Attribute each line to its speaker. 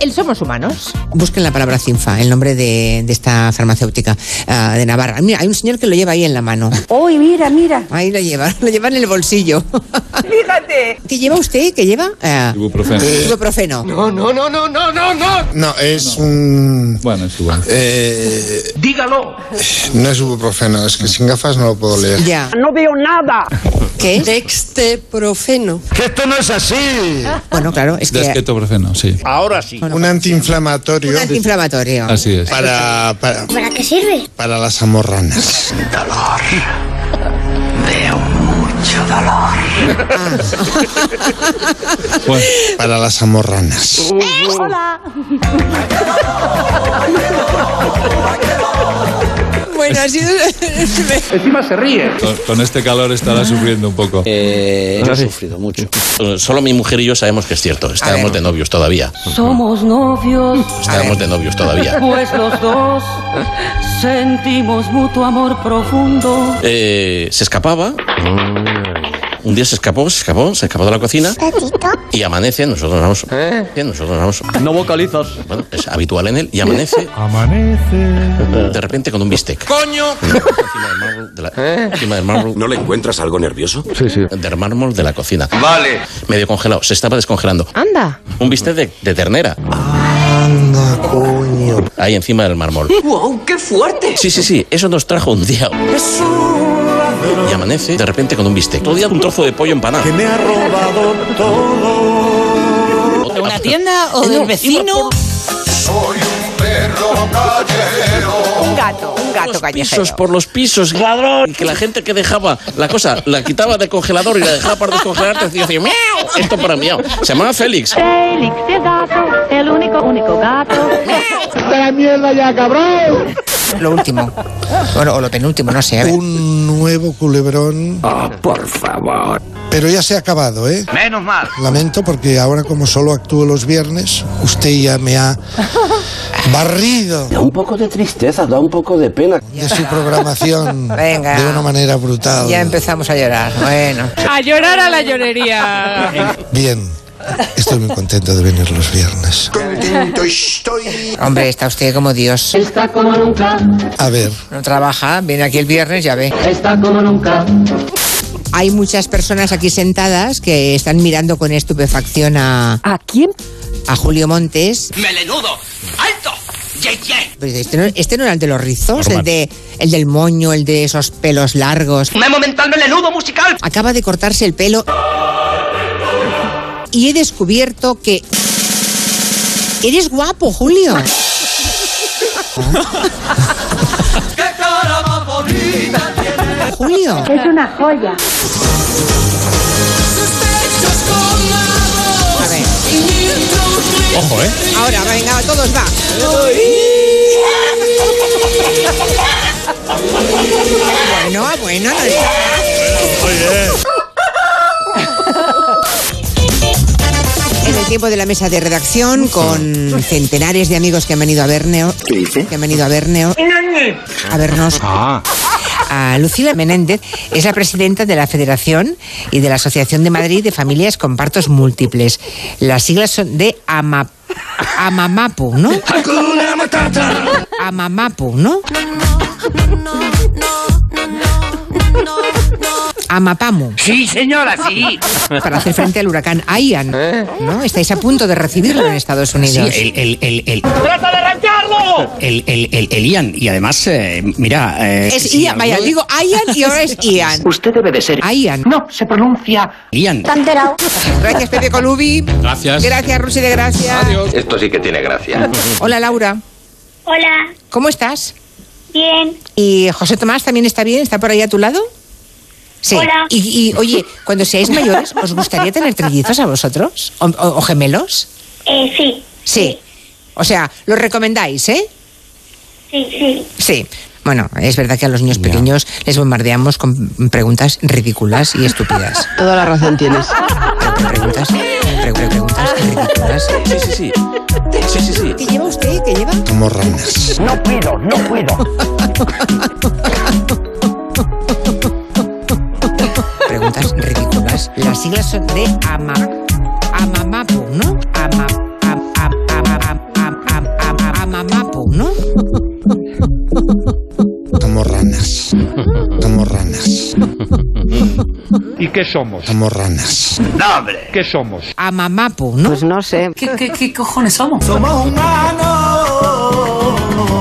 Speaker 1: el Somos Humanos.
Speaker 2: Busquen la palabra CINFA, el nombre de, de esta farmacéutica ah, de Navarra. Mira, hay un señor que lo lleva ahí en la mano.
Speaker 3: Uy, mira, mira.
Speaker 2: Ahí lo lleva, lo lleva en el bolsillo.
Speaker 3: Fíjate.
Speaker 2: ¿Qué lleva usted? ¿Qué lleva? Ah,
Speaker 4: Ibuprofeno.
Speaker 2: ibuprofeno.
Speaker 5: No, no, no, no, no, no, no.
Speaker 6: No, es un...
Speaker 4: Bueno, es igual.
Speaker 6: eh,
Speaker 5: Dígalo.
Speaker 6: no es ibuprofeno, es que sin gafas no lo puedo leer.
Speaker 2: Ya.
Speaker 3: No veo nada.
Speaker 2: ¿Qué?
Speaker 7: Dexteprofeno.
Speaker 5: Que esto no es así.
Speaker 2: Bueno, claro, es que
Speaker 4: Desquetoprofeno, sí.
Speaker 5: Ahora sí.
Speaker 6: Un antiinflamatorio
Speaker 2: un antiinflamatorio.
Speaker 5: Ah,
Speaker 4: Así
Speaker 6: Ah.
Speaker 4: es.
Speaker 6: para, para,
Speaker 8: ¿Para qué sirve?
Speaker 6: para las amorranas.
Speaker 4: Bueno,
Speaker 6: Para las amorranas.
Speaker 2: Bueno, ha sido...
Speaker 5: Encima se ríe.
Speaker 4: con, con este calor estará sufriendo un poco.
Speaker 9: Eh, yo he sufrido mucho. Eh, Solo mi mujer y yo sabemos que es cierto.
Speaker 2: ver.
Speaker 9: Estábamos de novios todavía.
Speaker 7: Somos novios,
Speaker 9: Estábamos de novios todavía.
Speaker 7: pues los dos sentimos mutuo amor profundo.
Speaker 9: Eh, se escapaba. Un día se escapó, se escapó, se escapó de la cocina y amanece. Nosotros nos vamos. Nosotros nos vamos.
Speaker 5: ¿Eh? No vocalizas.
Speaker 9: Bueno, es habitual en él y amanece. Amanece. De repente con un bistec.
Speaker 5: Coño. ¿Eh?
Speaker 9: Encima del mármol de la, encima del mármol-
Speaker 10: ¿No le encuentras algo nervioso?
Speaker 9: del mármol de la cocina.
Speaker 5: Vale.
Speaker 9: Medio congelado, se estaba descongelando.
Speaker 1: Anda.
Speaker 9: Un bistec de, de ternera. Ahí encima del mármol.
Speaker 7: ¡Wow, qué fuerte!
Speaker 9: Sí, sí, sí, eso nos trajo un día. Y amanece de repente con un bistec. Todo día un trozo de pollo empanado. Que me ha robado todo.
Speaker 7: ¿De una tienda o del vecino?
Speaker 1: Un gato, un gato callejero.
Speaker 9: Pisos por los pisos, ladrón. Y que la gente que dejaba la cosa, la quitaba del congelador y la dejaba para descongelar, te decía, miau, esto para miau. Se llamaba Félix.
Speaker 8: Félix el gato, el único, único gato.
Speaker 2: Lo último. Bueno, o lo penúltimo, no sé. a ver.
Speaker 6: Un nuevo culebrón. Ah, por favor. Pero ya se ha acabado, ¿eh?
Speaker 5: Menos mal.
Speaker 6: Lamento porque ahora como solo actúo los viernes, usted ya me ha barrido
Speaker 9: Da un poco de tristeza, da un poco de pena.
Speaker 6: de su programación
Speaker 2: Venga.
Speaker 6: de una manera brutal.
Speaker 2: Ya empezamos a llorar. Bueno.
Speaker 7: A llorar a la llorería.
Speaker 6: Bien, estoy muy contento de venir los viernes.
Speaker 2: Hombre, está usted como Dios.
Speaker 7: Está como nunca,
Speaker 6: A ver,
Speaker 2: No trabaja, viene aquí el viernes, ya ve.
Speaker 7: está como nunca.
Speaker 2: Hay muchas personas aquí sentadas que están mirando con estupefacción a,
Speaker 3: ¿A quién?
Speaker 2: a Julio Montes.
Speaker 5: Melenudo. Alto. Ye, ye.
Speaker 2: Pero este, no, este no era el de los rizos, el,
Speaker 4: Normal.
Speaker 2: de, el del moño, el de esos pelos largos.
Speaker 5: Me momental melenudo musical.
Speaker 2: Acaba de cortarse el pelo y he descubierto que... Eres guapo, Julio. Julio.
Speaker 8: Es una joya.
Speaker 2: A ver.
Speaker 4: Ojo, ¿eh?
Speaker 2: Ahora, venga, a todos va. Bueno, bueno, no está. En el tiempo de la mesa de redacción, con centenares de amigos que han venido a vernos. Que han venido a vernos. A vernos. A Lucila Menéndez es la presidenta de la Federación y de la Asociación de Madrid de Familias con Partos Múltiples. Las siglas son de AMA, AMAMAPU, ¿no? AMAMAPU, ¿no? AMAPAMU
Speaker 5: Sí, señora, sí.
Speaker 2: para hacer frente al huracán Ian. ¿no? Estáis a punto de recibirlo en Estados Unidos.
Speaker 5: el, el, el, el. ¡Trata de arrancarlo! El, el, el, el Ian. Y además, eh, mira. eh,
Speaker 2: es
Speaker 5: si
Speaker 2: Ian, vaya,
Speaker 5: habló-
Speaker 2: digo Ian y ahora es Ian.
Speaker 5: Usted debe de ser.
Speaker 2: Ian.
Speaker 5: No, se pronuncia. Ian.
Speaker 8: Tanterao.
Speaker 2: Gracias, Pepe Colubi.
Speaker 4: Gracias.
Speaker 2: Gracias, Rusi de Gracia.
Speaker 10: Esto sí que tiene gracia.
Speaker 2: Hola, Laura.
Speaker 8: Hola,
Speaker 2: ¿Cómo estás?
Speaker 8: bien.
Speaker 2: ¿Y José Tomás también está bien? ¿Está por ahí a tu lado? Sí.
Speaker 8: Hola.
Speaker 2: Y, y, oye, cuando seáis mayores, ¿os gustaría tener trillizos a vosotros? ¿O, o- o gemelos?
Speaker 8: Eh, sí,
Speaker 2: Sí. O sea, ¿los recomendáis, eh?
Speaker 8: sí, sí.
Speaker 2: Sí. Bueno, es verdad que a los niños pequeños les bombardeamos con preguntas ridículas y estúpidas.
Speaker 7: Toda la razón tienes.
Speaker 2: Pero con preguntas, pre- pre- preguntas ridículas.
Speaker 9: Sí, sí, sí. Sí, sí, sí.
Speaker 2: ¿Qué lleva usted? ¿Qué lleva?
Speaker 6: amorranas.
Speaker 5: No puedo, no puedo.
Speaker 2: Preguntas ridículas. Las siglas son de AMA. AMAMAPU, ¿no? AMA. am- am- am- am-
Speaker 5: ¿Y qué somos?
Speaker 6: Somos ranas.
Speaker 5: ¿Qué somos?
Speaker 2: A mamapu, ¿no?
Speaker 11: Pues no sé.
Speaker 12: ¿Qué, qué, qué cojones somos?
Speaker 5: Somos humanos.